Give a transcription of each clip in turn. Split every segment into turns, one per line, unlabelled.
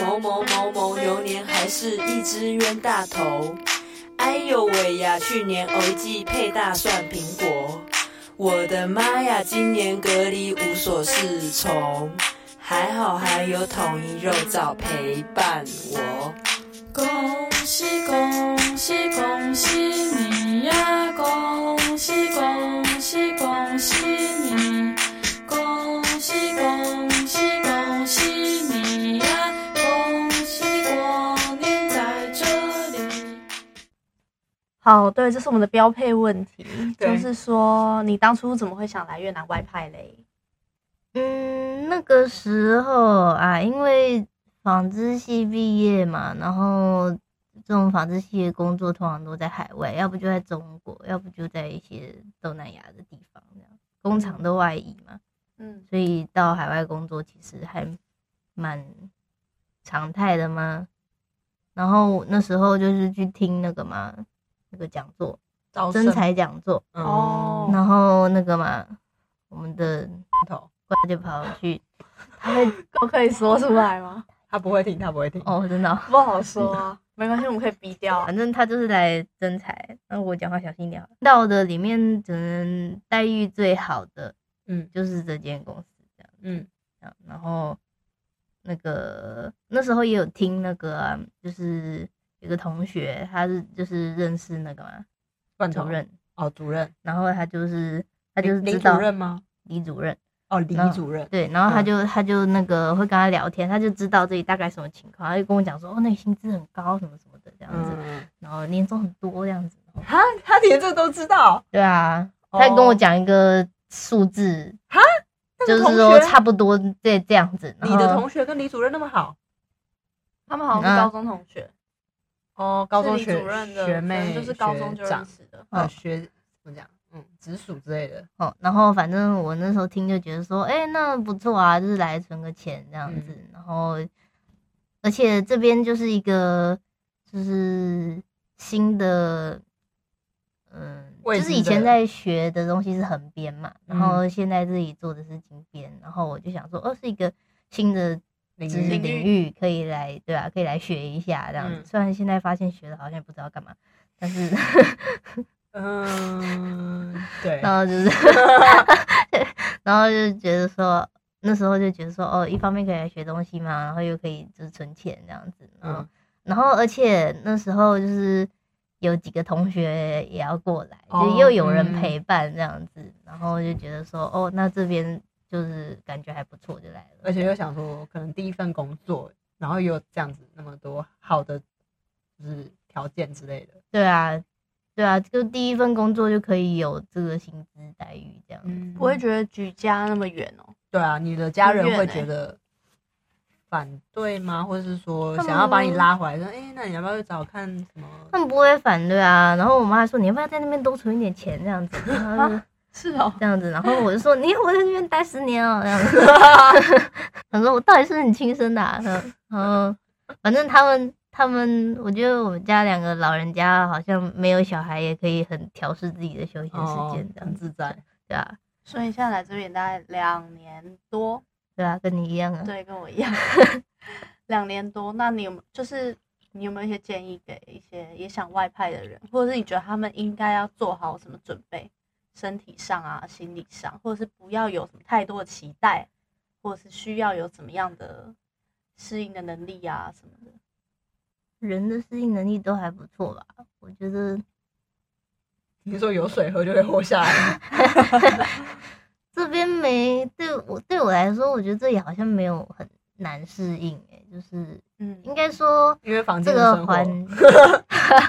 某某某某牛年还是一只冤大头。哎呦喂呀，去年偶记配大蒜苹果，我的妈呀，今年隔离无所适从，还好还有统一肉燥陪伴我。
恭喜恭喜恭喜你呀！恭喜恭喜恭喜你！恭喜恭喜恭喜你呀！恭喜过年在这里。
好，对，这是我们的标配问题，就
对
是说你当初怎么会想来越南外派嘞？
嗯，那个时候啊，因为纺织系毕业嘛，然后这种纺织系的工作通常都在海外，要不就在中国，要不就在一些东南亚的地方，这样工厂都外移嘛，
嗯，
所以到海外工作其实还蛮常态的嘛。然后那时候就是去听那个嘛，那个讲座，
招
真才讲座，
嗯
哦
然后那个嘛，我们的
头，
他就跑去，他会
都可以说出来吗？
他不会听，他不会听。
哦，真的哦、
不好说啊，没关系，我们可以逼掉啊。
反正他就是来征才。那我讲话小心一点好了。到的里面只能待遇最好的
嗯
就是这间公司这样
嗯，
这样然后那个那时候也有听那个啊、就是有个同学，他是就是认识那个嘛
罐头
主任，
哦，主任，
然后他就是他
他
就是
林
知
林
道
主任吗？
李主任，
哦，李
那
主任，
对，然后他
嗯
就、他就那个会跟他聊天，他就知道这里大概什么情况，他就跟我讲说哦，那个薪资很高什么什么的这样子，
嗯，
然后年终很多这样子。
哈，他连这都知道，
对啊，
哦
他跟我讲一个数字，
那
就
个
是
同
说
学
差不多这这样子。然
你的
后
同学跟李主任那么好
他们好像是高中同学，
哦，高
是
中
李
学
主任的
学
可能
妹
就是高中就
学
认
长
识的。
呃
嗯
学怎么讲，嗯，直属之类的，
哦，然后反正我那时候听就觉得说，哎、那不错啊，就是来存个钱这样子。
嗯
然后，而且这边就是一个就是新的，嗯，
未
就
知
是以前
的
在学的东西是横边嘛，然
嗯
后现在自己做的是金边，然后我就想说，哦，是一个新的
领
知识
域
领域可以来，对啊，可以来学一下这样子。
嗯
虽然现在发现学了好像也不知道干嘛，但是
嗯， 对，
然后就是， 然后就觉得说，那时候就觉得说，哦，一方面可以来学东西嘛，然后又可以就是存钱这样子。然后，
嗯
然后而且那时候就是有几个同学也要过来，
哦
就又有人
嗯
陪伴这样子，然后就觉得说，哦，那这边就是感觉还不错，就来了。
而且又想说，可能第一份工作，然后又有这样子那么多好的就是条件之类的，
对啊，对啊，就第一份工作就可以有这个薪资待遇这样子。
嗯
我会觉得举家那么远哦，
对啊，你的家人
很远
会
欸
觉得反对吗？或者是说想要把你拉回来，说，哎、那你要不要去找看什么？
他们不会反对啊，然后我妈还说你要不要在那边多存一点钱这样子， 然后就是
哦，
这样子，然后我 就说你我在那边待十年哦、这样子。他说我到底是你亲生的、啊，然后然后反正他们他们，我觉得我们家两个老人家好像没有小孩也可以很调试自己的休闲时间这样
哦很
子，
自在。
对啊
所以现在来这边大概两年多，
对啊，跟你一样啊。
对，跟我一样， 两年多。那你有没有就是你有没有一些建议给一些也想外派的人，或者是你觉得他们应该要做好什么准备，身体上啊、心理上，或者是不要有什么太多的期待，或者是需要有怎么样的适应的能力啊什么的。
人的适应能力都还不错吧，我觉得
你说有水喝就会活下来，
这边没对我对我来说，我觉得这里好像没有很难适应、欸，就是
嗯，
应该说
因为房
这
间的
个
生活
环，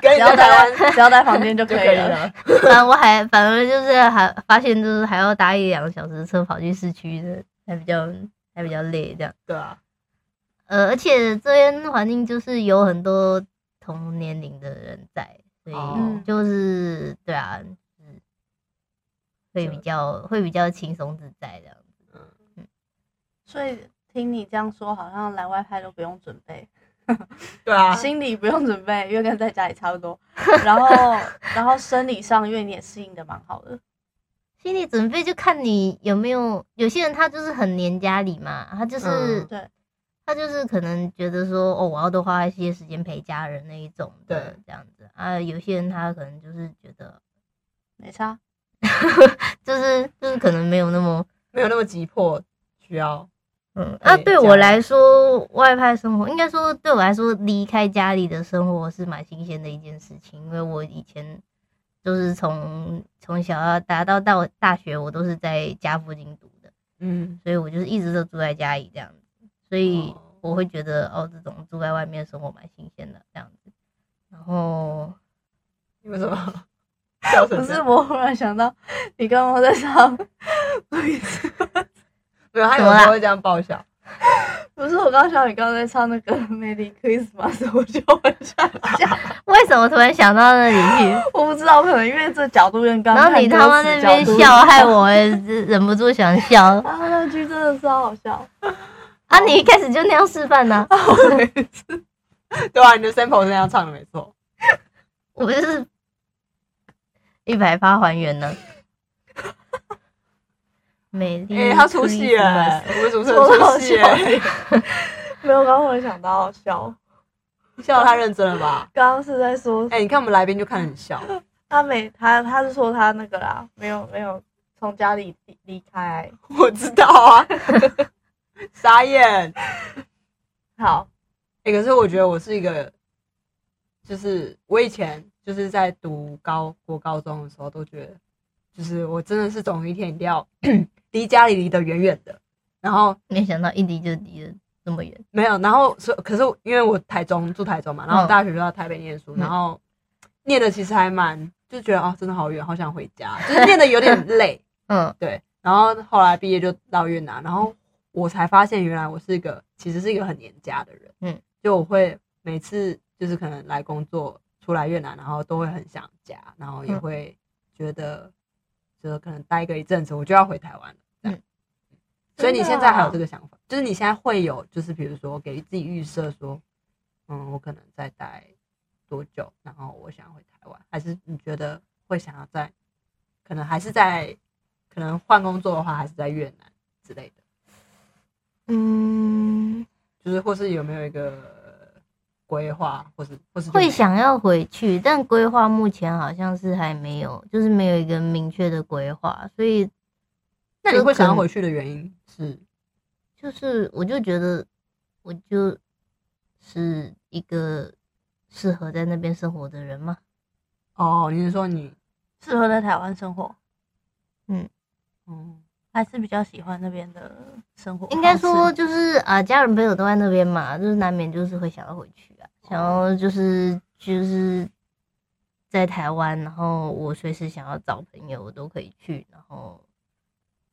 跟
只
你
要啊待
在台湾
在只要待房间就可
就
以
可以
了。
了。
反正我还反而就是还发现就是还要搭一两个小时的车跑去市区的，还比较还比较累这样。
对啊，
呃，而且这边环境就是有很多同年龄的人在，所
哦
以就是、对啊，嗯，会
就
比较会比较轻松自在这样。
所以听你这样说，好像来外派都不用准备。
对啊，
心理不用准 备，因为跟在家里差不多。然 后，然后生理上，因为你也适应的蛮好的。
心理准备就看你有没有，有些人他就是很黏家里嘛，他就是、
嗯
对，
他就是可能觉得说，哦，我要多花一些时间陪家人那一种的
对，
这样子啊。有些人他可能就是觉得，
没差，
就是就是可能没有那么，
没有那么急迫需要。
嗯，那、啊、
对
对
家
我
人
来说，外派生活应该说对我来说，离开家里的生活是蛮新鲜的一件事情，因为我以前就是从从小到大到到大学，我都是在家附近读的。
嗯，
所以我就是一直都住在家里这样子，所以
哦
我会觉得哦，这种住在外面的生活蛮新鲜的这样子。然后
你为什么笑成
不
这
是
样？
我忽然想到，你刚刚在 唱路易斯，
没有，他有
怎么
时候
啦
会这样爆笑。
不是我刚想你刚刚在唱那个 Merry Christmas，我就会想讲，
为什么突然想到那里 去？
我不知道，可能因为这角度跟刚
然
刚
后你他妈那边笑，害我也是忍不住想笑
啊，那句真的超好笑，
啊！你一开始就那样示范 呢、
对啊，你的 sample 是那样唱的，没错。
我就是一百趴还原呢。美丽，
哎、他出戏了，我们主持人
我好
出戏了，
没有，刚刚忽然想到好笑，
笑得太认真了吧？
刚刚是在说
哎、你看我们来宾就看得很笑，
他没他他是说他那个啦，没有没有从家里离离开。
我知道啊，傻眼。
好，
哎、可是我觉得我是一个，就是我以前就是在读高国高中的时候，都觉得，就是我真的是总有一天一定要 离家里离得远远的，然后
没想到一离就离了这么远，
没有，然后所以可是我因为我台中住台中嘛，然后我
嗯
大学就到台北念书，
嗯
然后念的其实还蛮就觉得啊、真的好远，好想回家，就是念的有点 累，
嗯，
对。然后后来毕业就到越南，然后我才发现原来我是一个其实是一个很黏家的人，嗯
嗯，
就我会每次就是可能来工作出来越南，然后都会很想家，然后也
嗯
会觉得就是可能待个一阵子我就要回台湾了，这样。所以你
嗯真的
现在还有
啊
这个想法，就是你现在会有，就是比如说给自己预设说，嗯，我可能再待多久，然后我想回台湾，还是你觉得会想要在，可能还是在，可能换工作的话，还是在越南之类的，
嗯，
就是或是有没有一个规划，或是或是就没
会
有
想要回去，但规划目前好像是还没有，就是没有一个明确的规划，所以
那你会想要
可能
回去的原因是，
就是我就觉得我就是一个适合在那边生活的人嘛，
哦，你是说你，
适合在台湾生活，
嗯，
还是比较喜欢那边的生活方式。
应该说就是啊，家人朋友都在那边嘛，就是难免就是会想要回去啊，想要就是就是在台湾，然后我随时想要找朋友我都可以去，然后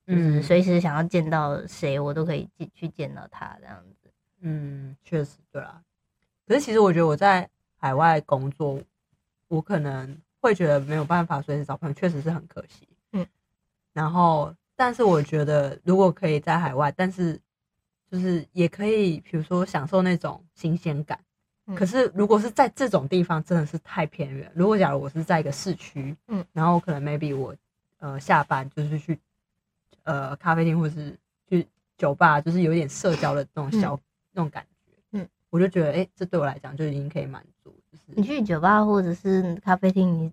就是
嗯
随时想要见到谁我都可以去去见到他这样子。
嗯，确实，对啦。可是其实我觉得我在海外工作，我可能会觉得没有办法随时找朋友，确实是很可惜。
嗯，
然后但是我觉得如果可以在海外，但是就是也可以，比如说享受那种新鲜感。
嗯
可是如果是在这种地方，真的是太偏远。如果假如我是在一个市区，
嗯，
然后可能 maybe 我呃下班就是去呃咖啡厅或是去酒吧，就是有点社交的那种小、那种感觉，
嗯，
我就觉得哎、诶这对我来讲就已经可以满足，就
你
是
去酒吧或者是咖啡厅，你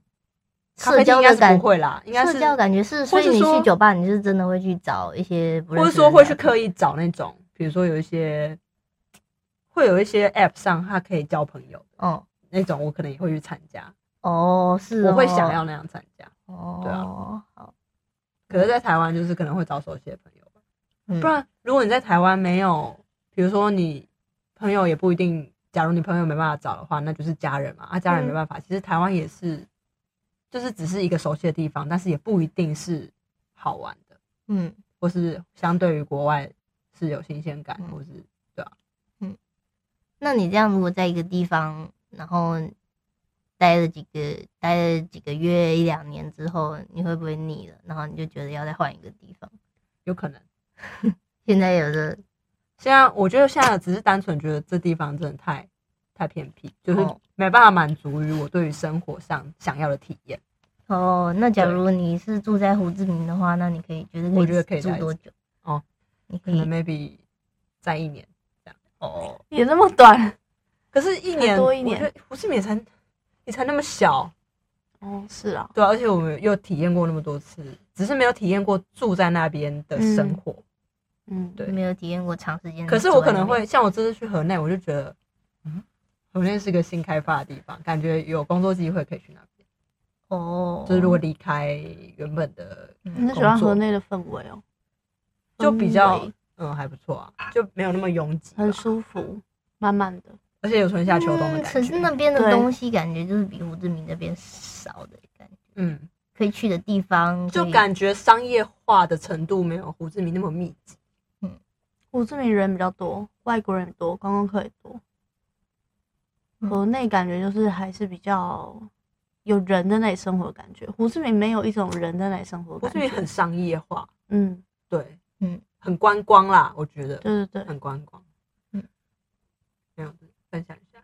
咖啡
社
厅
交
应该
的
是
感
不会啦，应该是
社交感觉是，所以
或是
你
说
去酒吧，你是真的会去找一些不认
或
识
者
的人
说
啊
会
聊
去
天
刻意找那种，比如说有一些会有一些 app 上它可以交朋友的
哦
那种，我可能也会去参加，
哦是哦，
我会想要那样参加。
哦
对啊
好
可是，在台湾就是可能会找熟悉的朋友吧，
嗯
不然如果你在台湾没有，比如说你朋友也不一定，假如你朋友没办法找的话，那就是家人嘛，啊，家
嗯
人没办法。其实台湾也是，就是只是一个熟悉的地方，但是也不一定是好玩的，
嗯
或是相对于国外是有新鲜感，
嗯
或是
那你这样如果在一个地方，然后待了几个待了几个月一两年之后，你会不会腻了？然后你就觉得要再换一个地方。
有可能。
现在有的
现在我觉得现在只是单纯觉得这地方真的太太偏僻，就是
哦
没办法满足于我对于生活上想要的体验。
哦，那假如你是住在胡志明的话，那你可以觉得可以
我觉得可以
住
待
多久？
哦，
你可
可
以
能 maybe 在一年这样。
嗯哦，
也那么 短
可是，一年
还多一年，
我觉得胡志明也才也才那么小，
哦，是啊，
对啊、而且我们又体验过那么多次，只是没有体验过住在那边的生活。
嗯，
对
没有体验过长时间。
可是我可能会，像我这次去河内，我就觉得，嗯，河内是个新开发的地方，感觉有工作机会可以去那边。
哦，
就是如果离开原本的，
你是喜欢河内的氛围哦，
就比较
氛围
嗯还不错啊，就没有那么拥挤吧，
很舒服，慢慢的，
而且有春夏秋冬的
嗯
感觉。
可是那边的
对
东西感觉就是比胡志明那边少的感觉，
嗯，
可以去的地方
就
可以
感觉商业化的程度没有胡志明那么密集。
胡志明人比较多，外国人也多，观光客也多。
嗯
河内感觉就是还是比较有人在那里生活的感觉，胡志明没有一种人在那里生活
胡
的
志
感
明
觉。
很商业化，
嗯，
对，
嗯，
很观光啦，我觉得，
对对对，
很观光。
嗯，
这样子分享一下。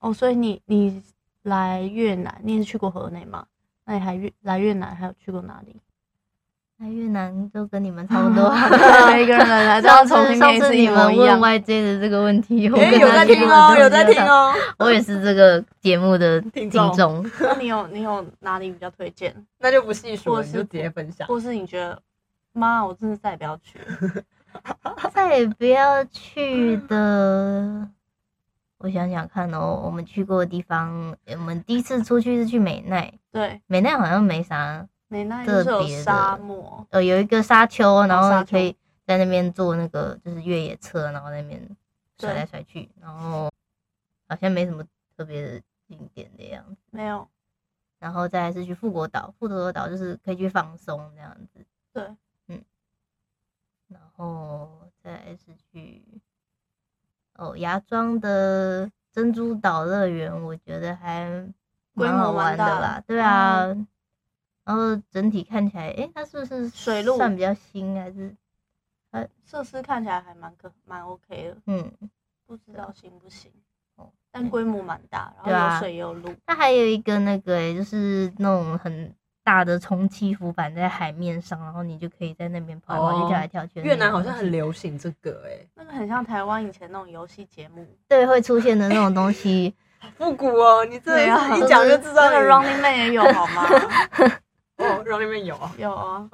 哦，所以你你来越南，你也是去过河内吗？那你还越来越南还有去过哪里？
来越南都跟你 们差 不多。
哦
啊
每个人来来都要
上
重
次
新念
上
一
次
次
你
一模
们
一
问
样。
YJ 的这个问题，我
哎、
跟
有
他
在听
我
哦，
都
有在
没
听
答
哦。
我也是这个节目的
听
听
众
众。
那你有你有哪里比较推荐，
那就不细数
或
了，
是
你就直接分享。
或是你觉得妈，我真的再也不要 去了？
再也不要去的，我想想看哦，我们去过的地方，我们第一次出去是去美奈，
对，
美奈好像没啥，
美奈就是
特
有
别的
沙漠，
呃，有一个沙丘，然后
哦沙丘
可以在那边坐那个就是越野车，然后在那边甩来甩去，然后好像没什么特别的景点的样子。
没有
然后再来是去富国岛，富国岛就是可以去放松这样子。
对，
嗯，然后再来是去哦芽庄的珍珠岛乐园，我觉得还
规
蛮
模
好
蛮
玩的
大
啦
的，嗯
对啊。然后整体看起来，诶，它是不是
水路
算比较新还是
设施看起来还蛮可蛮 OK 的，
嗯？
不知道行不行
哦。
但规模蛮大，
对
然后有
啊
水也有路，
它还有一个那个、欸，就是那种很大的充气浮板在海面上，然后你就可以在那边跑来跑去、
哦
跳来跳去的那种东西。
越南好像很流行这个、
那个很像台湾以前那种游戏节目，
对会出现的那种东西，
哎，复古哦，你这
对啊
一讲就知道
那个
你
Running Man 也有好 吗？
哦，Run 里面有啊。
有啊，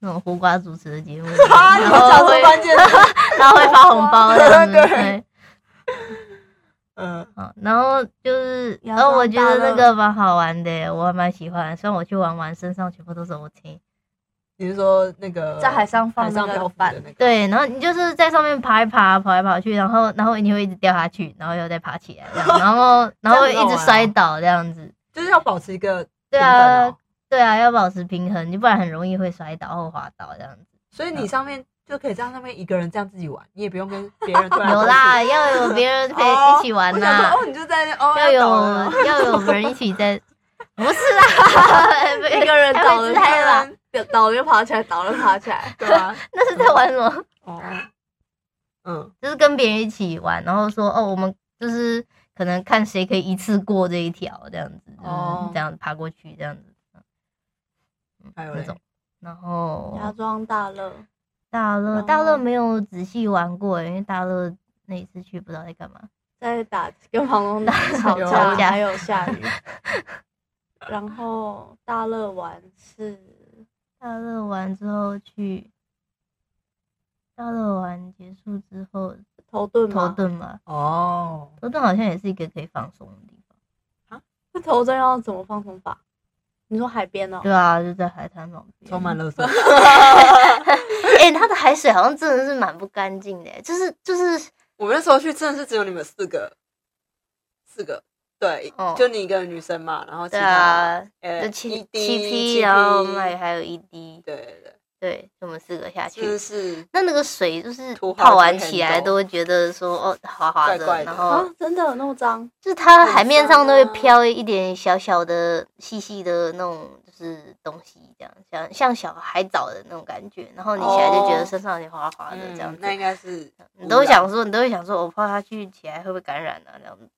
那种胡瓜主持的节目，
啊，你
然
们
后
讲出
哦会
关键词。
然后会发红包这样子，
对
对，
嗯，
嗯，然后就是，
阳
然后我
光
觉
大
得
乐
那个蛮好玩的，我还蛮喜欢。虽然我去玩玩，身上全部都是 OT，
你是说那个
在海上放
海上
那个
漂浮
板
的那个？
对，然后你就是在上面爬一爬，跑来跑去，然后然后你会一直掉下去，然后又再爬起来，这样然 后然后会一直摔倒这样子。
就是要保持一个
对
哦平衡
啊，
哦
对啊，要保持平衡，你不然很容易会摔倒或滑倒这样子。
所以你上面就可以在上面一个人这样自己玩，你也不用跟别人突然
有啦，要有别人可以一起玩
我
呐、
想说哦，你就在那哦，
要
倒了
啊
哦
有啊要有人一起 在，不是啊啦，
一个人
太
倒了
变态了吧，
就 倒了就爬起来，倒了爬起来，
对吧？
那是在玩什么？
哦，嗯，
就是跟别人一起玩，然后说哦，我们就是可能看谁可以一次过这一条，这样子，就
哦
是这样爬过去，这样子，嗯
哎
还有
那
嘞
种。然后
芽庄大乐，
大乐，
然
大乐
后
没有仔细玩过，因为大乐那一次去不知道在干嘛。
在打跟房东打吵
有
架，
吵架
还有下雨。然后大乐玩是
大乐完之后去，大乐完结束之后
头盾
头
吗？
盾嘛，
哦，
头盾好像也是一个可以放松的地方。
那头盾要怎么放松法？你说海边哦？
对啊，就在海滩旁边，
充满垃圾。
哎、它的海水好像真的是蛮不干净的，就是就是，
我们那时候去真的是只有你们四个，四个，对，
哦
就你一个女生嘛，然后其
对
他
啊，
呃
就
一
七
滴
七啊哎 P，
七
然后
滴
还还有一滴，
对对对，
对，我们四个下去。
真的是
那那个水就是
涂好
泡
就
完
很
起来
多
都会觉得说哦滑滑的，
怪怪的
然
啊
后，
真的有那么脏？
就是它海面上都会
很啊
飘一点小小的、细细的那种就是东西，这样像像小海藻的那种感觉，然后你起来就觉
哦
得身上有点滑滑的这样
嗯
子，，
那应该是
你都会
想
想说你都会想说我泡下去起来会不会感染啊这样子。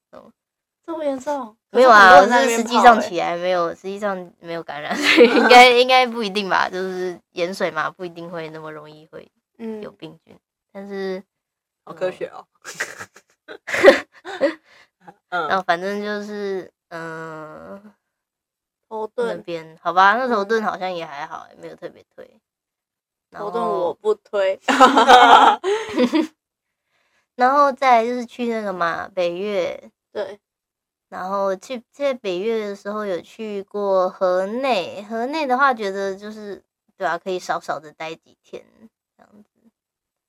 这么严重？
没有啊，
可很多
我
人在那
是
边
实际
泡
上
欸
起来没有，实际上没有 感染，所以应该应该不一定吧，就是盐水嘛，不一定会那么容易会有
嗯，
病菌，但是
好科学 哦。
然
哦
嗯，
啊后反正就是嗯、呃
头
那
盾，
边好吧，那
嗯
头盾好像也还好，也欸没有特别推。然
头
后
盾我不 推。
然后再来就是去那个嘛北越，
对，
然后去在北越的时候有去过河内，河内的话觉得就是对啊，可以少少的待几天这样子。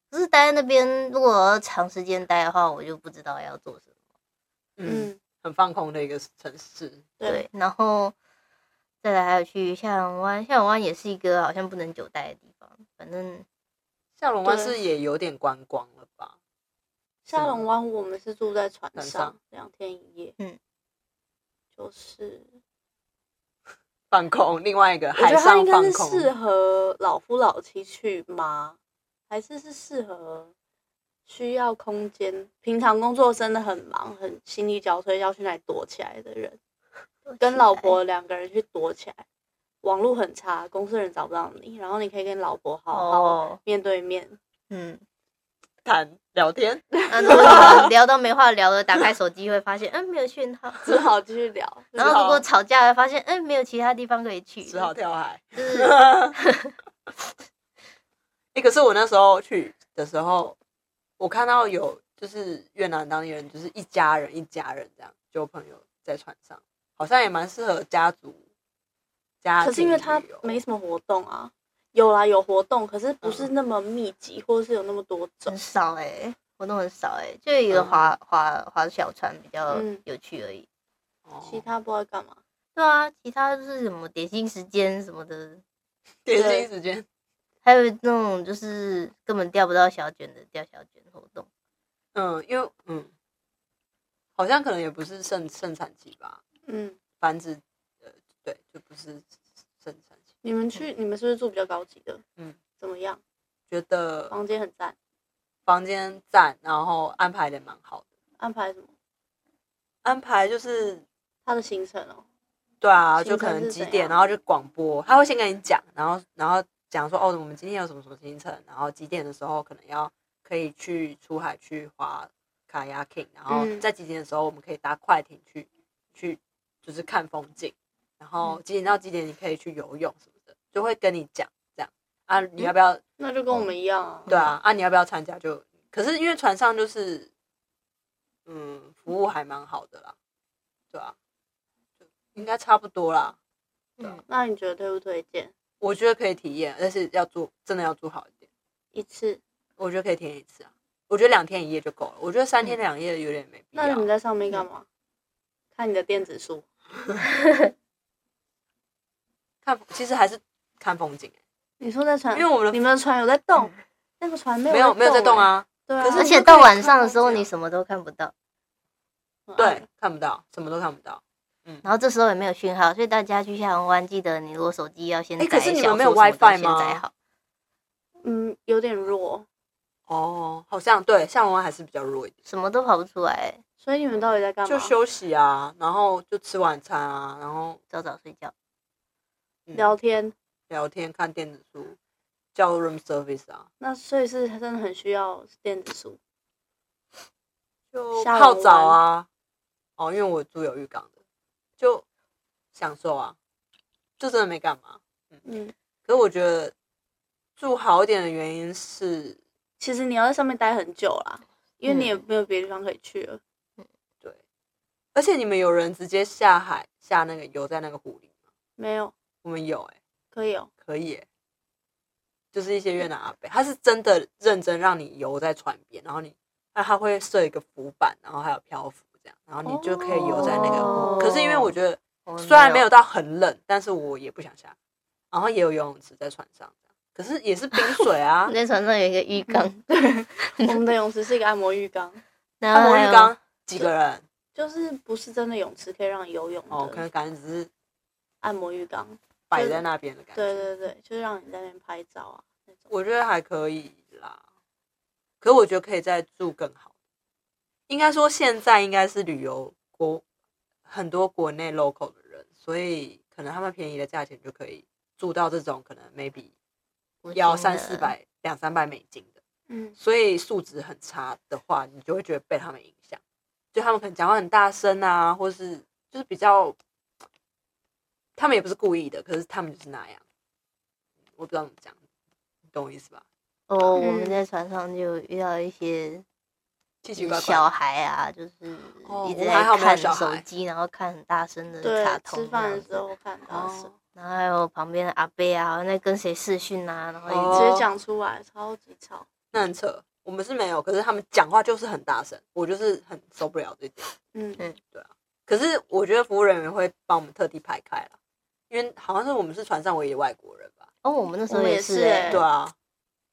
可是待在那边，如果要长时间待的话，我就不知道要做什么。
嗯，
嗯，
很放空的一个城市。
对，
对，然后再来还有去下龙湾，下龙湾也是一个好像不能久待的地方，反正
下龙湾
对
是也有点观光了吧？
下龙湾我们是住在船
船
上
上
两天一夜，
嗯，
就是
放空，另外一个
我觉
海
得它
上
应该
放
是
空，
适合老夫老妻去吗？还是是适合需要空间？平常工作真的很忙，很心力交瘁，要去哪里躲起来的人，跟老
哦
婆两个人去躲起来，网络很差，公司人找不到你，然后你可以跟老婆好好
哦，
面对面。
嗯，
谈聊天，
嗯
那如果聊到没话聊了，打开手机会发现，嗯，没有讯 号。
只好继续 聊，
然后如果吵架了，发现嗯没有其他地方可以去，
只好跳海。
就是
嗯
哎、可是我那时候去的时候，我看到有就是越南当地人，就是一家人一家人这样交朋友在船上，好像也蛮适合家族。家
可是因为它
庭旅游
没什么活动啊，有啦有活动，可是不是那么密集，或者是有那么多种
很。少哎、活动很少哎、就一
嗯
个划划划小船比较
嗯
有趣而已。
哦
其他不知道干嘛，
对啊，其他就是什么点心时间什么的，
点心时间，
还有那种就是根本钓不到小卷的钓小卷活动。
嗯，因为嗯，好像可能也不是盛盛产期吧，
嗯，
繁殖呃对，就不是盛产期。
你们去，你们是不是住比较高级的？
嗯，
怎么样？
觉得
房间很赞，
房间赞，然后安排的蛮好的，
安排什么？
安排就是
他的行程哦，
对啊，
行
就可
程
能
是
几
怎
点，
样
然后就广播，他会先跟你讲，然后然后讲说哦，我们今天有什么什么行程，然后几点的时候可能要可以去出海去划卡 y a k i n g 然后
嗯
在几点的时候我们可以搭快艇去去就是看风景，然后
嗯
几点到几点你可以去游泳什么的，就会跟你讲这样啊，你
嗯
要不要
那就跟我们一样啊。
哦对啊，啊，你要不要参加就？可是因为船上就是，嗯，服务还蛮好的啦，对啊，就应该差不多啦。
啊
嗯
那你觉得推不推荐
我觉得可以体验，但是要做真的要做好一点。
一次？
我觉得可以体验一次啊，我觉得两天一夜就够了。我觉得三天两夜有点没必要。
嗯那你们在上
嗯
面干嘛？看你的电子书，
看，其实还是看风景、
你说在船，
因为我们的
嗯
嗯
你们的船有在动，那个船没有
没有没有在动
欸？
啊，
对啊，
可是
而且到晚上的时候，
啊
你什么都看不到，
么
对，看不到，什么都看不到。
然后这时候也没有讯号，所以大家去下龙湾，记得你如果手机要先载
诶
小，
欸可是你们没有
说什么都
WiFi 吗
先载好，
嗯，有点弱，
哦，好像对，像我还是比较弱一点，
什么都跑不出来、
所以你们到底在干嘛？
就休息啊，然后就吃晚餐啊，然后、
早早睡觉。
嗯
聊天，
聊天、看电子书，叫 room service 啊，
那所以是真的很需要电子书。
就
下
泡
楼
澡啊。哦，因为我住有浴缸的，就享受啊，就真的没干嘛。
嗯，
可是我觉得住好一点的原因是，
其实你要在上面待很久啦，因
嗯
为你也没有别的地方可以去了。
对，而且你们有人直接下海下那个游在那个湖里吗？
没有，
我们有哎、
可以哦。
可以、欸，就是一些越南阿伯，他是真的认真让你游在船边，然后你，那他会设一个浮板，然后还有漂浮这样，然后你就可以游在那个。
哦
可是因为我觉得
我们
虽然没有到很冷，但是我也不想下，然后也有游泳池在船上这样，可是也是冰 水啊
你，在船上有一个浴缸，
嗯
我们的泳池是一个按摩浴缸，
然
按
后
摩
还
浴
有
缸几个人
就是不是真的泳池可以让你游泳
哦，可能
的
感觉只是
按摩浴缸。
摆在那边的感觉。
对对对，就是让你在那边拍照啊那种。
我觉得还可以啦，可我觉得可以再住更好。应该说现在应该是旅游国很多国内 local 的人，所以可能他们便宜的价钱就可以住到这种可能 maybe 要三四，百、两三百美金的，
嗯
所以素质很差的话，你就会觉得被他们影响，就他们可能讲话很大声啊，或是就是比较，他们也不是故意的，可是他们就是那样，我不知道怎么讲，你懂我意思吧？
哦，我们
嗯
在船上就遇到一些
奇奇怪怪
小
的，
孩啊，就是
哦
一直
我还
在
好没有
看
小孩
手机，然后看很大声的
对
卡，通
吃饭
这
的时
样
候看到
哦
是，
然后还有旁边的阿伯啊，那跟谁视讯啊，然后一
哦
直
直接讲出来，超级吵。
那很扯。我们是没有，可是他们讲话就是很大声，我就是很受不了这一点。
嗯
嗯
可是我觉得服务人员会帮我们特地排开了，因为好像是我们是船上唯一的外国人吧？
哦，我们那时
我
候
们
也
也
是
是
欸
欸
对啊，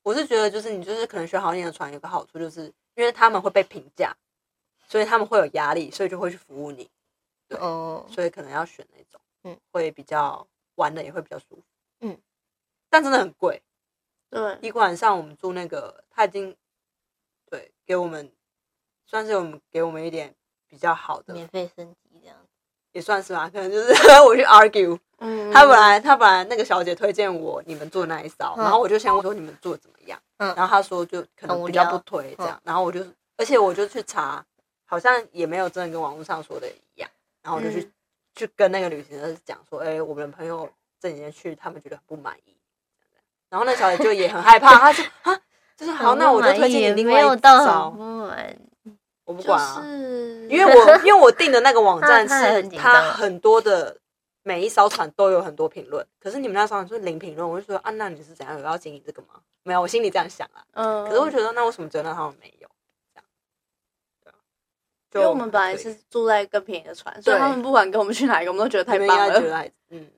我是觉得就是你就是可能学好一点的船有个好处，就是因为他们会被评价，所以他们会有压力，所以就会去服务你，对
哦，
所以可能要选那种，
嗯
嗯，会比较玩的也会比较舒服，
嗯，
但真的很贵，
对，
一个晚上我们住那个他已经对给我们算是我们给我们一点比较好的，
免费升级这样子，
也算是吧，可能就是 我去 argue。
嗯
他本来他本来那个小姐推荐我你们做那一艘，
嗯
然后我就先问说你们做怎么样，
嗯
然后他说就可
很
能
无
比
聊嗯
较不推这样，然后我就而且我就去查，好像也没有真的跟网络上说的一样，然后我就去、
嗯
去跟那个旅行社讲说，哎、我们的朋友这几天去，他们觉得很不满意，然后那小姐就也很害怕，她说啊，就是好，
很
那
不
我就
满
推
意
荐
也
你另
没
外
有
一
哎 到很
招
不，满，
我不
就
管啊，
是
因为我因为我订的那个网站
他他
是
很紧张
它很多的每一艘船都有很多评论，可是你们那艘船就是零评论，我就说啊，那你是怎样有要经营这个吗？没有，我心里这样想啊。
嗯，
可是我觉得那为什么只有那他们没有？这样，对
因
啊
为我们本来是住在更便宜的船，所以
对
他们不管跟我们去哪里，我们都觉得
你
太
们应
棒
该觉
了。
得还 嗯，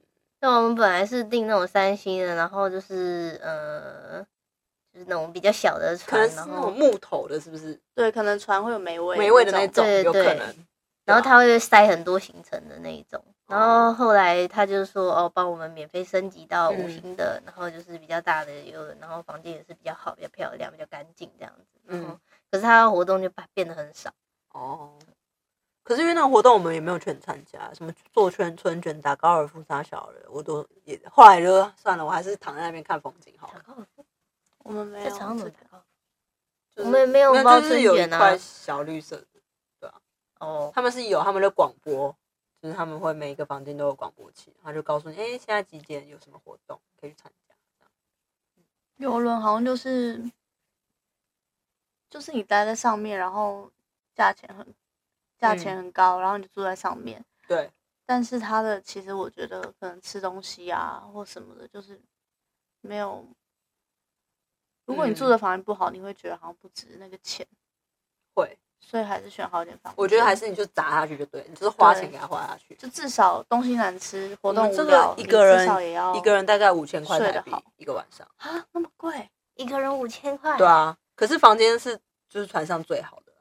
那我们本来是订那种三星的，然后就是呃，就是那种比较小的
可
船
能，是
然
那种
后
木头的，是不是
对，可能船会有霉味，
霉味的那种？
对
有可
对
能。
然后
对啊
他会塞很多行程的那一种。然后
哦
后来他就说哦，帮我们免费升级到五
嗯
星的，然后就是比较大的游轮，然后房间也是比较好、比较漂亮、比较干净这样子。
嗯
嗯，可是他的活动就变变得很少。
哦。可是因为那个活动我们也没有全参加，什么做圈春卷、打高尔夫、杀小人，我都也后来就算了，我还是躺在那边看风景好了
打。高尔夫，
我们没
在
有
船上怎么
这
打高尔
就是
我们也没有
那
包
就是
春
有一
卷啊
块小绿色的，
夫？哦，
他们是有他们的广播，就是他们会每一个房间都有广播器，他就告诉你，哎、现在几点有什么活动可以去参加。
游轮好像就是就是你待在上面，然后价钱很价
嗯
钱很高，然后你就住在上面。
对，
但是它的其实我觉得可能吃东西啊或什么的，就是没有。如果你住
嗯
的房间不好，你会觉得好像不值那个钱，
会，
所以还是选好一点房间。
我觉得还是你就砸下去就对，你就是花钱给他花下去。
就至少东西难吃，活
我
动
们
无
这
聊
个，一个
你至少也要
人一个人大概五千块
睡
台
得
币
好
一个晚上。
啊那么贵，
一个人五千块。哦
对啊，可是房间是就是船上最好的，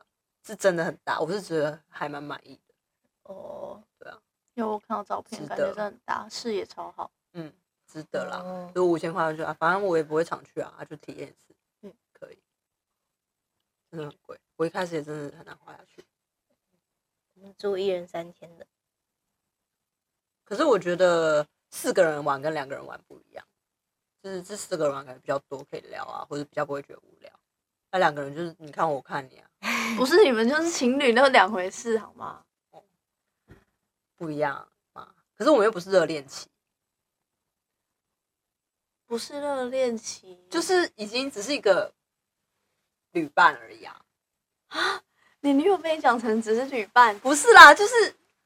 是真的很大，我是觉得还蛮满意的。
哦，
对啊，
因为我看到照片，
值
感觉
得
真的很大，视野超好。
嗯，值得啦。
哦
如果五千块我就啊，反正我也不会常去啊，啊就体验一次，
嗯
嗯，可以。真的很贵，我一开始也真的很难花下去。
我们住一人三千的，
可是我觉得四个人玩跟两个人玩不一样，就是这四个人玩感觉比较多可以聊啊，或者比较不会觉得无聊。那两个人就是你看我我看你啊，
不是你们就是情侣，那两回事好吗？
不一样嘛。可是我们又不是热恋期，
不是热恋期，
就是已经只是一个旅伴而已啊。
你女友被你讲成只是旅伴，
不是啦，就是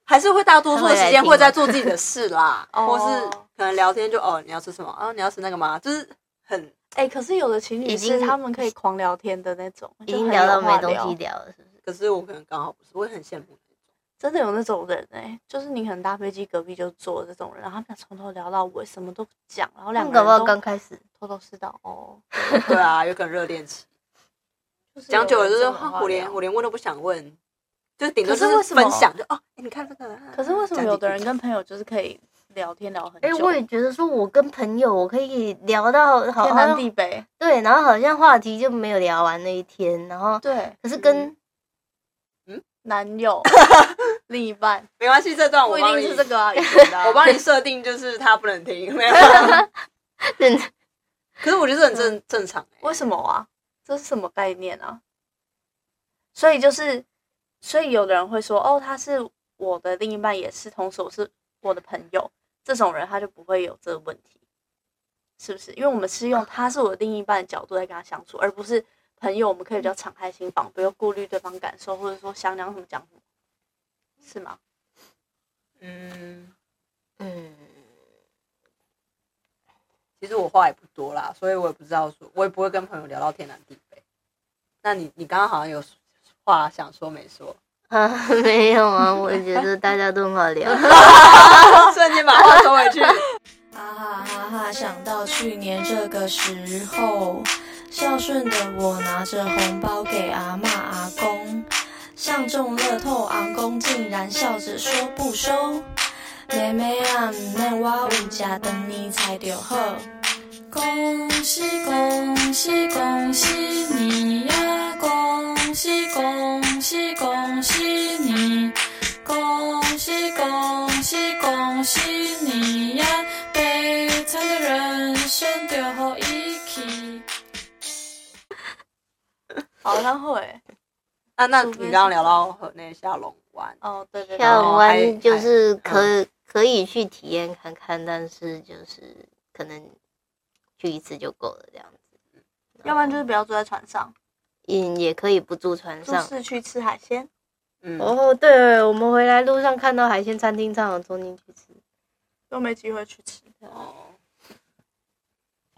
还是会大多数的时间
啊
会在做自己的 事啦，
他
或
会来听吗
是可能聊天就哦，你要吃什么？啊，你要吃那个吗？就是很
哎、可是有的情侣是
已经
他们可以狂聊天的那种，
已
就
经
很
聊
有
到没
话
东
聊
西聊了，是不是？
可是我可能刚好不是，我也很羡慕那种。
真的有那种人哎、就是你可能搭飞机隔壁就坐这种人，然后他们从头聊到尾，什么都讲，然后
他
两
们
个
搞不好
人
刚
都
开始，
头头是道哦。
对 啊，有可能热恋期，
就是
讲久了就是
有人这种
啊
话
我连
聊
我连问都不想问，就顶多
可是
就
为
是
什么
分享，就哦，你看这个啊。
可是为什么
讲几
有的
句
人跟朋友就是可以聊天聊很久，
哎，我也觉得说，我跟朋友我可以聊到好
天
好
南
像
地北？
对，然后好像话题就没有聊完那一天，然后
对，
可是跟、
男 友、另一 半
没关系，这段
不
我
一
帮
定
你
是这，个啊，以前的啊
我帮你设定就是他不 能听，没有啊。
对
嗯
可是我觉得这很正正常欸
为什么啊？这是什么概念啊？所以就是，所以有的人会说，哦，他是我的另一半，也是同时我是我的朋友，这种人他就不会有这个问题，是不是？因为我们是用他是我的另一半的角度在跟他相处，而不是朋友，我们可以比较敞开心房，不用顾虑对方感受，或者说想讲什么讲什么，是吗？
嗯，
嗯，
其实我话也不多啦，所以我也不知道说，我也不会跟朋友聊到天南地北。那你你刚刚好像有话想说没 说，
啊，没有啊，我觉得大家都很好 聊。
瞬间把话 收回去。
哈哈哈哈！想到去年这个时候，孝顺的我拿着红包给阿嬷阿公，像中乐透，阿公竟然笑着说不收。妹妹啊，唔免我有食等你才着好。
恭喜恭喜恭喜你呀！恭喜恭喜恭喜你！恭喜恭喜恭喜你呀！悲惨的人生就好一起。
好欸像会，
啊那那你刚刚聊到河内下龙湾，
哦，对对对，
跳
哦还
湾就是
还
可可以去体验看看，但是就是可能去一次就够了这样子。
要不然就是不要坐在船上，
嗯，也可以不住船
住
上。
市区吃海鲜。
嗯，
哦，对，我们回来路上看到海鲜餐厅，上有冲进去吃。
都没机会去吃。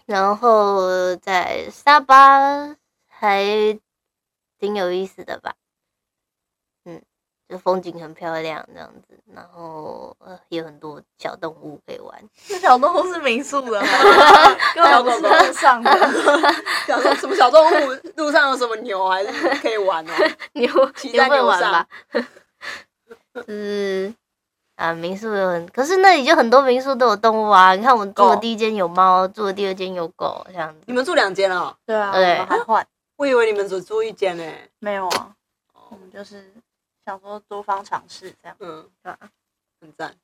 然后在沙巴还挺有意思的吧，嗯，就风景很漂亮这样子，然后呃有很多小动物可以玩。
那小动物是民宿的 吗，跟我们是路上 的。
想说什么小动物路上有什么牛还是可以玩哦？
牛
骑
牛
在
粪
牛
玩
上
吧， 就是啊，民宿有很，可是那里就很多民宿都有动物啊。你看我们住的
狗
第一间有猫，住的第二间有狗，这样子。
你们住两间了，
对啊，我
对
们还换
我以为你们只住一间呢、
没有啊？我们就是想说多方尝试这样。
嗯，
对啊
很赞。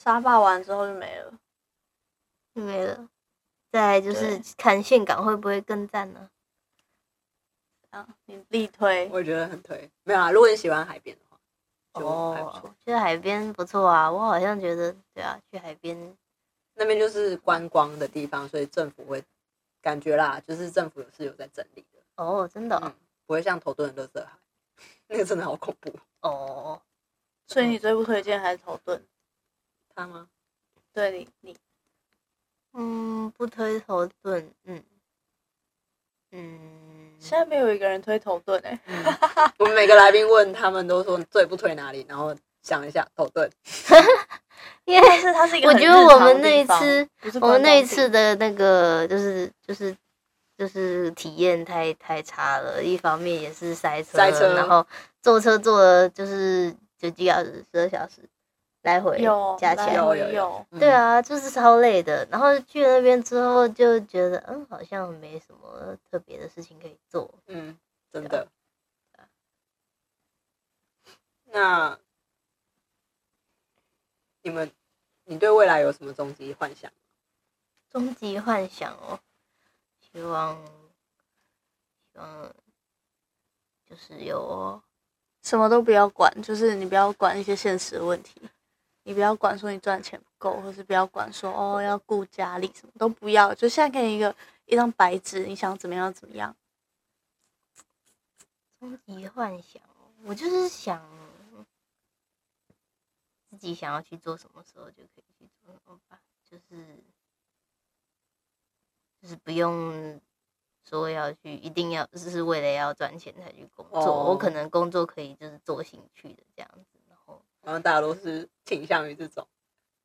沙发完之后就没了。
就没了。再来就是
对
看岘港会不会更赞呢？
啊，你力推，
我觉得很推，没有啊。如果你喜欢海边的话，就还不错。
哦，去海边不错啊，我好像觉得对啊，去海边
那边就是观光的地方，所以政府会感觉啦，就是政府是有在整理的，
哦，真的哦
嗯不会像头顿的垃圾海， 那个真的好恐怖。
哦，
所以你最不推荐还是头盾？
他吗？
对你，你
嗯，不推头盾，嗯嗯，
现在没有一个人推头盾哎、
嗯、 我们每个来宾问他们都说最不推哪里，然后想一下头顿，
因
但
为
是它是一个
我
很
觉
日
得
常
我
的
们那
地
一
方
次。
不是
我们
观
那一
光地
次的那个就是就是就是体验太太差了，一方面也是塞车，
塞车
然后坐车坐了就是九几个小时、十二小时来回
有
加起
来
来，
有
回
有有
有，
嗯
对，啊，就是超累的。然后去那边之后就觉得，嗯，好像没什么特别的事情可以做。
嗯，真的。
啊
那你们，你对未来有什么终极幻想？
终极幻想哦，希望希望就是有哦。
什么都不要管，就是你不要管一些现实的问题，你不要管说你赚钱不够，或是不要管说哦要顾家里，什么都不要，就现在给你一个一张白纸，你想怎么样怎么样。
终极幻想哦，我就是想自己想要去做什么时候就可以去做什么吧，就是就是不用说要去，一定要就是为了要赚钱才去工作。我可
哦
能工作可以就是做兴趣的这样子，然后
好像大家都是倾向于这种。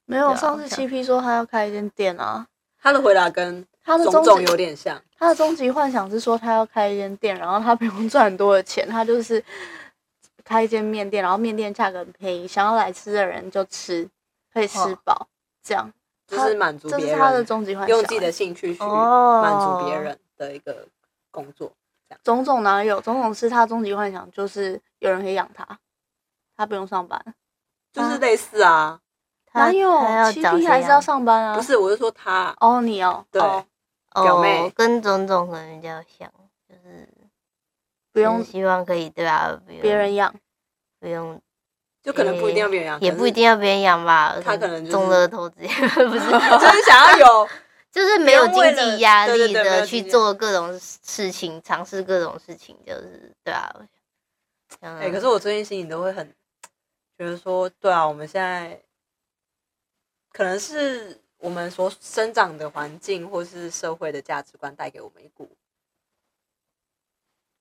没有，
对啊
上次
想
CP 说他要开一间店啊，
他的回答跟
他的
种
宗
种
旨
有点像，
他的终极幻想是说他要开一间店，然后他不用赚很多的钱，他就是开一间面店，然后面店价格很便宜，想要来吃的人就吃，可以吃
哦
饱，这样
就
他
是满足
这
别
是
人，
他的终极幻想欸。
用自己的兴趣去
哦
满足别人的一个工作。
种种哪有？种种是他终极幻想，就是有人可以养他，他不用上班。
就是类似啊，
他
哪有
他要
七
找
P
谁
还是要
啊
上班啊？
不是，我是说他，
哦，你哦，
对
哦
表妹
哦，跟种种可能比较像，就是
不用
就是希望可以对吧？不用
别人养，
不用，
就可能不一定要别人养，
也不一 定要别人养吧。
他可能就是哦
中乐透之类的 不是，
要，真想要有
就是没有
不用为
经
了
济压
对对
力
对没有
的
经
去
济
做各种事情，尝试各种事情，就是对啊。嗯，
哎、可是我最近心里都会很觉得说，对啊，我们现在可能是我们所生长的环境或是社会的价值观带给我们一股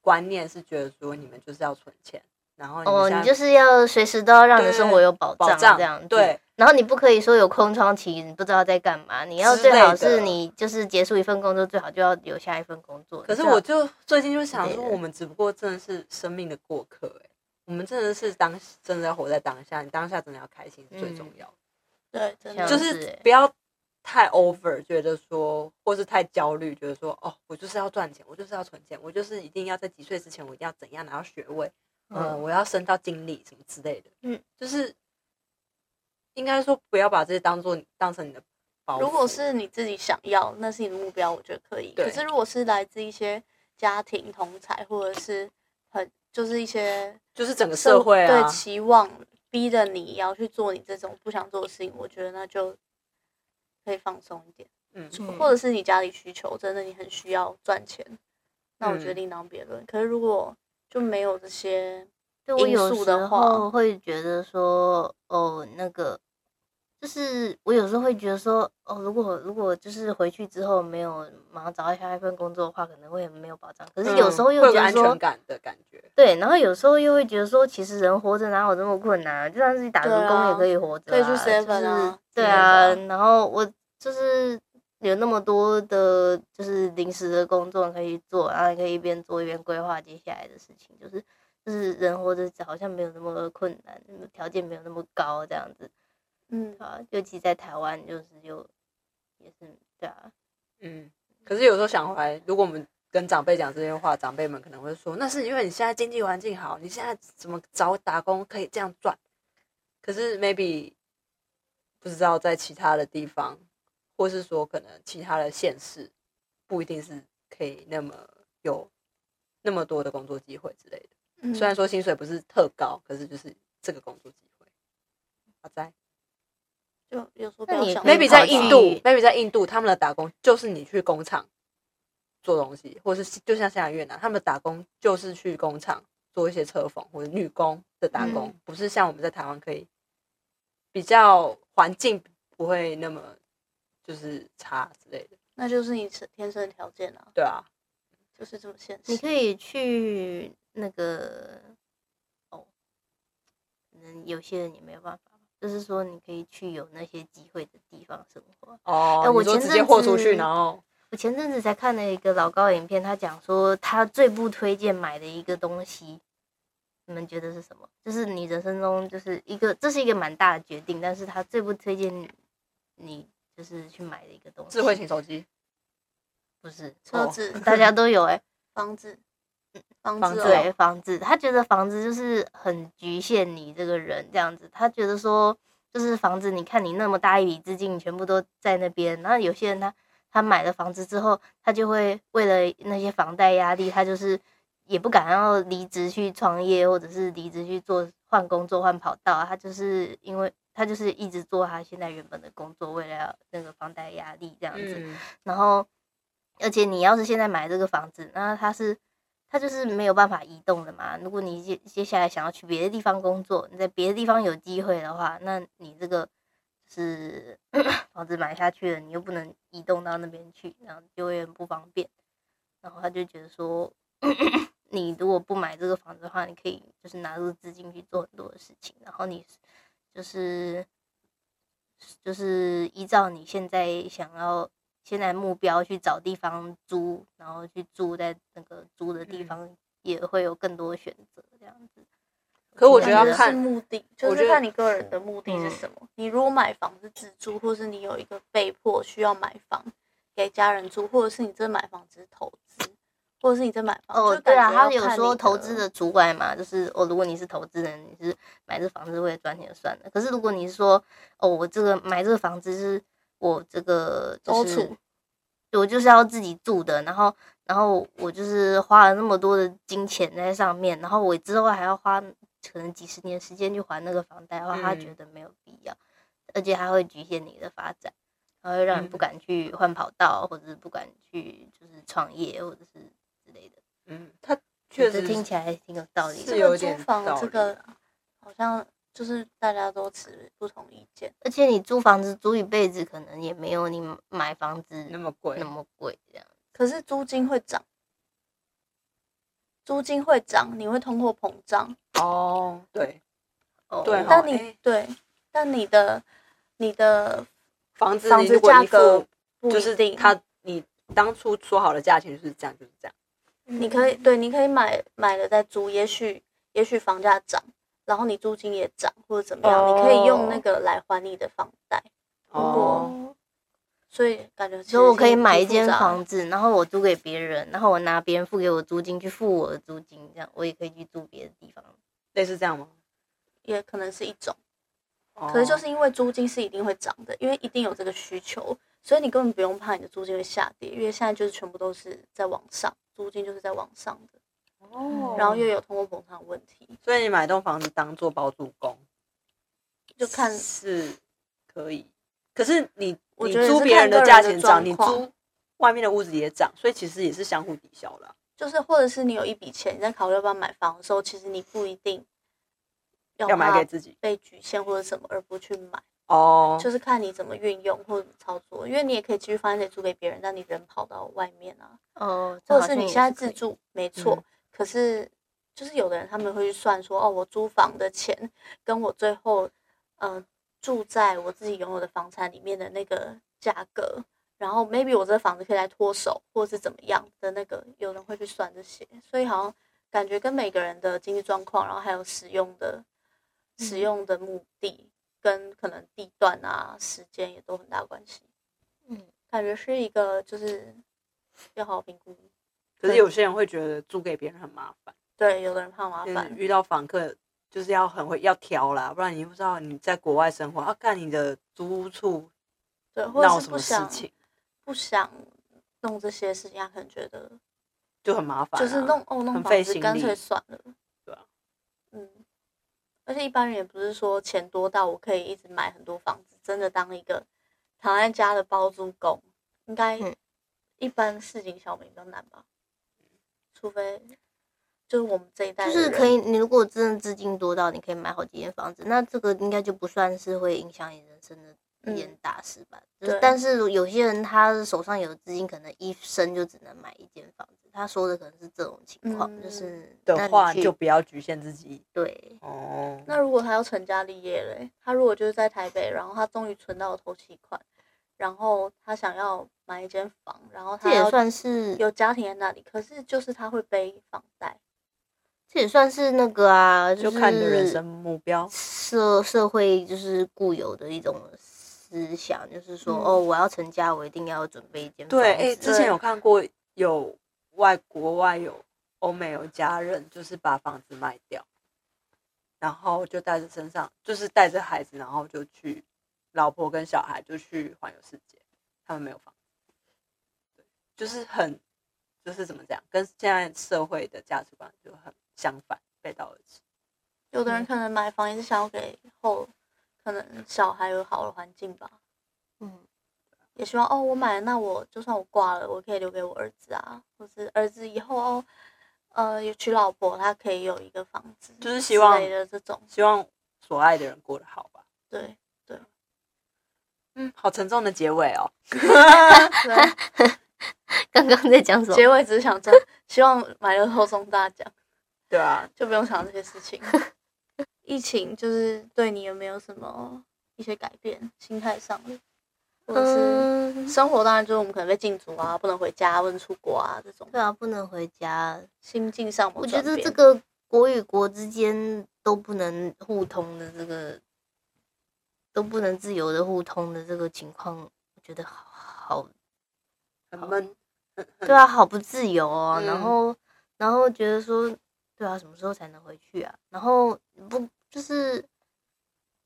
观念，是觉得说你们就是要存钱，然后你们
哦，
现
你
在
就是要随时都要让你的生活有保
保
障，这样子。
对，
然后你不可以说有空窗期，你不知道在干嘛。你要
之类
最
的
好是你就是结束一份工作，最好就要有下一份工作。
可是
你知道
我就最近就想
之类
说，
啊的
我们只不过真的是生命的过客、欸，我们真的是当真的要活在当下，你当下真的要开心是最重要的
对，真
像
的
就
这样
是
子欸
不要太 over，觉得说，或是太焦虑，觉得说，哦，我就是要赚钱，我就是要存钱，我就是一定要在几岁之前，我一定要怎样拿到学位，嗯、我要升到经理什么之类的，
嗯，
就是应该说不要把这些当做当成你的包袱。
如果是你自己想要，那是你的目标，我觉得可以。
对
可是如果是来自一些家庭同才，或者是很就是一些
就是整个社会啊
对，期望逼着你要去做你这种不想做的事情，我觉得那就可以放松一点，
嗯，
或者是你家里需求真的你很需要赚钱，那我觉得
嗯
另当别论。可是如果就没有这些，
对我
因
有
素
时
的话
候会觉得说，哦，那个就是我有时候会觉得说，哦，如果如果就是回去之后没有马上找到下一份工作的话，可能会很没有保障。可是有时候
嗯
又
会有
觉得
个安
说，
全感的感觉，
对，然后有时候又会觉得说，其实人活着哪有这么困难啊、就算自己打
对
个
啊
工也可以活着、
可以去
就是
7-Eleven 啊
对
之
啊
类。
然后我就是有那么多的，就是临时的工作可以做，然后你可以一边做一边规划接下来的事情，就是就是人活着好像没有那么困难，条件没有那么高这样子
嗯，
啊。尤其在台湾，就是又也是对啊，
嗯。可是有时候想回来，如果我们跟长辈讲这些话，长辈们可能会说，那是因为你现在经济环境好，你现在怎么找打工可以这样赚？可是 maybe 不知道在其他的地方，或是说可能其他的县市，不一定是可以那么有那么多的工作机会之类的。
嗯
虽然说薪水不是特高，可是就是这个工作机会。好在
就有时候不
那
要
你也
想
可
那
以
maybe
么
在
多
跑
印
去
度，maybe 在印度，他们的打工就是你去工厂做东西，或是就像现在越南，他们的打工就是去工厂做一些车缝或者女工的打工，
嗯
不是像我们在台湾可以比较环境不会那么就是差之类的，
那就是你天生的条件啊，
对啊，
就是这么现实。
你可以去那个哦，可能有些人也没有办法，就是说你可以去有那些机会的地方生活。
哦，
哎我
你说
前
直
阵
接豁出去，
子
然后
我前阵子才看了一个老高影片，他讲说他最不推荐买的一个东西，你们觉得是什么？就是你人生中就是一个，这是一个蛮大的决定，但是他最不推荐你就是去买的一个东西。
智慧型手机，
不是
车
哦
子、
大家都有哎、
房子、房
房
子、
子欸
哦，
对房子，他觉得房子就是很局限你这个人这样子，他觉得说就是房子，你看你那么大一笔资金，你全部都在那边，然后有些人他他买了房子之后，他就会为了那些房贷压力，他就是也不敢要离职去创业，或者是离职去做换工作换跑道，他就是因为他就是一直做他现在原本的工作，为了要那个房贷压力这样子，
嗯，
然后，而且你要是现在买这个房子，那它是它就是没有办法移动的嘛。如果你接接下来想要去别的地方工作，你在别的地方有机会的话，那你这个是房子买下去了，你又不能移动到那边去，然后就会很不方便。然后他就觉得说， 你如果不买这个房子的话，你可以就是拿出资金去做很多的事情，然后你就是就是依照你现在想要现在目标去找地方租，然后去住在那个租的地
嗯
方，也会有更多选择这样子。
可我
我
觉
觉
得
得
要
是
看
目的，就
我
是
觉得
看你个人的目的是什么。你如果买房是自住，或是你有一个被迫需要买房给家人住，或者是你这买房只是投资，或者是你这买房
哦，
就
对
感
啊，
觉要
他有
看
说
你
投资的除外嘛，就是哦，如果你是投资人，你是买这房子为了赚钱就算了。可是如果你是说哦，我这个买这个房子是我这个就
周
是
楚
我就是要自己住的，然后然后我就是花了那么多的金钱在上面，然后我之后还要花可能几十年时间去还那个房贷的话，他
嗯
觉得没有必要，而且还会局限你的发展，然后会让你不
嗯
敢去换跑道，或者是不敢去就是创业，或者是之类的。
嗯，他确
这
实
听起来还挺有道理的
是
这
有
个租
点
房
道
这
理
个
啦
好像就是大家都持不同意见。
而且你租房子租一辈子，可能也没有你买房子
那么贵
那，么贵这样。
可是租金会涨，租金会涨，你会通货膨胀。
哦，对，
哦
对哦
但你、
哎
对，啊但你的你的
房子
房
你
子
如果
价
一付
格不
就
一
是
定，
他你当初说好的价钱就是这样，就是这样。
你可以对，你可以买买了再租，也许也许房价涨，然后你租金也涨或者怎么样，你可以用那
哦
个来还你的房贷。
哦，
所以感觉其
所以我
实
可以
挺
买一
复
间
杂的
房子，然后我租给别人，然后我拿别人付给我租金去付我的租金，这样我也可以去住别的地方。
类似这样吗？
也可能是一种。
哦
可是就是因为租金是一定会涨的，因为一定有这个需求，所以你根本不用怕你的租金会下跌，因为现在就是全部都是在往上，租金就是在往上的，
哦
然后又有通货膨胀的问题，
所以你买栋房子当做包租公，
就看
是可以。可是你
我
你
觉得也
租
是
别人
看个人
价
的
钱涨，
状
你
况
租外面的屋子也涨，所以其实也是相互抵消了。
就是或者是你有一笔钱，你在考虑要不要买房的时候，其实你不一定要
要买
怕
给自己
被局限或者什么而不去买，
哦，
就是看你怎么运用或者怎么操作，因为你也可以继续放在那里租给别人，但你人跑到外面啊，
哦，这
或者
好
是嗯
像
你
也
现在
可
自
以，
住，没错。可是就是有的人他们会去算说，哦，我租房的钱跟我最后呃住在我自己拥有的房产里面的那个价格，然后 maybe 我这房子可以来脱手，或是怎么样的那个，有人会去算这些，所以好像感觉跟每个人的经济状况，然后还有使用的使用的目的跟可能地段啊、时间也都很大关系。
嗯，
感觉是一个就是要好好评估。
可是有些人会觉得租给别人很麻烦，
对，有的人怕麻
嗯，
烦，
遇到房客就是要很会要挑啦，不然你不知道你在国外生活，要、啊、看你的租屋处
对，或者
闹什
是不
么事
想
情，
不想弄这些事情，他可能觉得
就很麻烦啊、
就是弄哦弄
很
房
费
子
心
干
力
脆算了，
对啊，
嗯，而且一般人也不是说钱多到我可以一直买很多房子，真的当一个躺在家的包租公，应该
嗯
一般市井小民比较难吧，除非就是我们这一代
就
的
是可
人
以。你如果真的资金多到你可以买好几间房子，那这个应该就不算是会影响你人生的。一件
嗯
大事吧，就是
对
但是有些人他手上有资金，可能一生就只能买一间房子。他说的可能是这种情况，就
嗯
是那
的
你
话，
去
就不要局限自己
对，
哦。
那如果他要成家立业嘞，他如果就是在台北，然后他终于存到了头期款，然后他想要买一间房，然后
这
他
也
要
算是
有家庭在那里，可是就是他会背房贷，
这也算是那个啊，
就是看你的人生目标。
社社会就是固有的一种思想，就是说、
嗯
哦，我要成家，我一定要准备一间房
对，
子。
哎、之前有看过有外国外有欧美有家人，就是把房子卖掉，然后就带着身上，就是带着孩子，然后就去老婆跟小孩就去环游世界，他们没有房子，对，就是很就是怎么讲，跟现在社会的价值观就很相反，背道而驰。
有的
嗯
人可能买房也是想要给后可能小孩有好的环境吧，
嗯，
也希望哦，我买了，那我就算我挂了，我可以留给我儿子啊，或是儿子以后哦，呃，有娶老婆，他可以有一个房子之类的，
就是希望
这种，
希望所爱的人过得好吧。
对
嗯，好沉重的结尾哦。
对。啊
刚刚在讲什么？
结尾只是想中，希望买乐透中大奖，
对啊，
就不用想这些事 情。疫情就是对你有没有什么一些改变，心态上的，或者是
嗯，
生活？当然就是我们可能被禁足啊，不能回家，不能出国啊，这种
对啊，不能回家。
心境上有
我觉
转
得
变
这个国与国之间都不能互通的这个，都不能自由的互通的这个情况，我觉得好好
很闷。
对啊，好不自由哦。然
嗯
后，然后觉得说，对啊，什么时候才能回去啊？然后不就是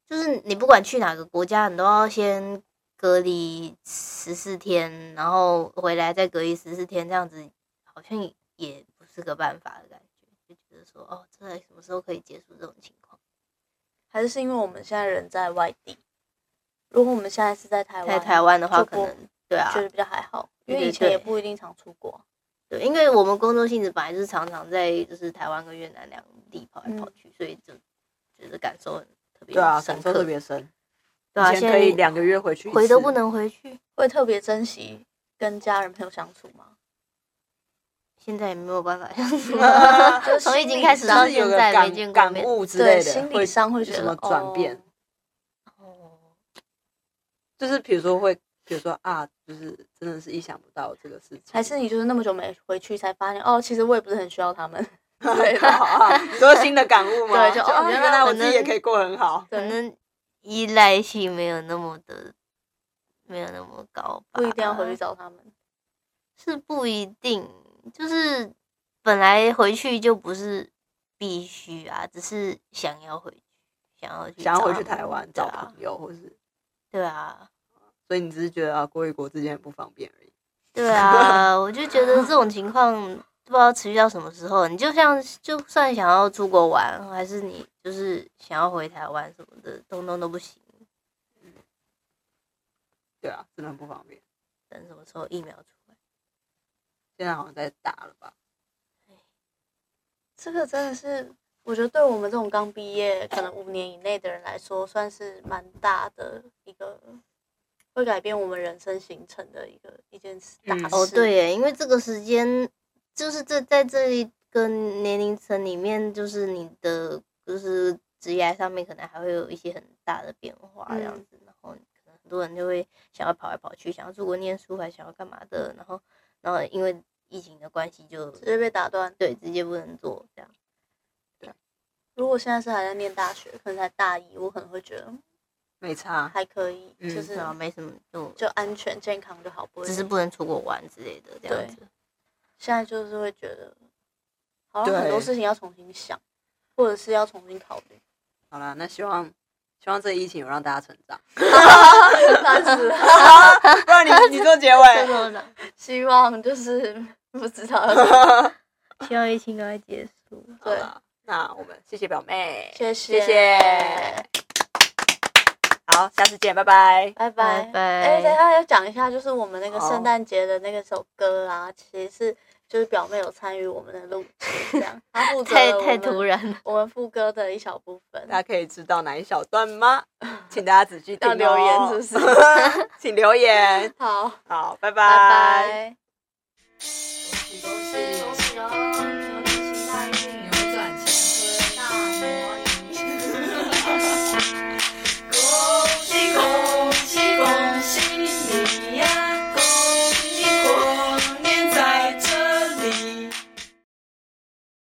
就是你不管去哪个国家，你都要先隔离十四天，然后回来再隔离十四天，这样子好像也不是个办法的感觉，就觉得说哦，这什么时候可以结束这种情况？
还是是因为我们现在人在外地。如果我们现在是在台湾，
在台湾的话，
就
可
不
能对啊，
觉得比较还好，因为
对
以前也
对
不一定常出国。
对，因为我们工作性质本来就是常常在就是台湾跟越南两地跑来跑去，所以就觉得感受很特别
嗯对啊，
深
感受
刻。
特别深。
对啊，
以
现
前
在
可以两个月回去一次，
回都不能回去，
会特别珍惜跟家人朋友相处吗？
现在也没有办法相 处。
就是
从
心
疫情
理
开始
上
到
就是有
现
个
在没
感
见过
感
面，
悟之类
对
的，
心理上会
有
觉
什
得
么转变？
哦
哦
就是比如说会，比如说啊，就是真的是意想不到这个事情，
还是你就是那么久没回去才发现哦，其实我也不是很需要他们。
对吧？啊你说新的感悟吗？
对就
啊
哦
原
原
来
来
我
可
自己也
能
可以过得很好。
可
对，
能依赖性没有那么的，没有那么高吧。
不一定要回
嗯
去，找他们。
是不一定，就是本来回去就不是必须啊，只是想要回去，想要去，
想要回去台湾
对
找
啊
朋，友，或是
对啊，
所以你只是觉得啊，国与国之间不方便而已。
对啊，我就觉得这种情况不知道持续到什么时候。你就像就算想要出国玩，还是你就是想要回台湾什么的，通通都不行。
对啊，真的很不方便。
等什么时候疫苗出来？
现在好像在打了吧？
这个真的是，我觉得对我们这种刚毕业，可能五年以内的人来说，算是蛮大的一个，会改变我们人生行程的一个一件事大
嗯
事。
哦，对，耶，因为这个时间就是这在这一个年龄层里面，就是你的就是职业上面可能还会有一些很大的变化这样
嗯
子，然后可能很多人就会想要跑来跑去，想要出国念书，还想要干嘛的，然后然后因为疫情的关系就
直接被打断。
对直接不能做这样，
如果现在是还在念大学，可能才大一，我可能会觉得
没差，
还可以，
嗯
就是是
啊，没什么就
就安全健康就好，不会
只是不能出国玩之类的这样
对
子。
现在就是会觉得，好像
对
很多事情要重新想，或者是要重新考虑。
好啦，那希望希望这疫情有让大家成长，
但是
不然你你做结尾。
希望就是不知道要怎么
希望疫情赶快结束。
好
对，
啦，那我们谢谢表妹，
谢
谢
谢
谢，好，下次见，拜拜。
拜
拜
拜
拜
哎，等一下要讲一下，就是我们那个
好
圣诞节的那个首歌啊，其实是就是表妹有参与我们的录制，这样她负责
太
了我
太
们
突，然了，
我们副歌的一小部分。
大家可以知道哪一小段 吗？请大家仔细听、哦
要留言是不是？
请留言。
好，
好，拜
拜
拜
拜。
恭喜恭喜恭喜哦！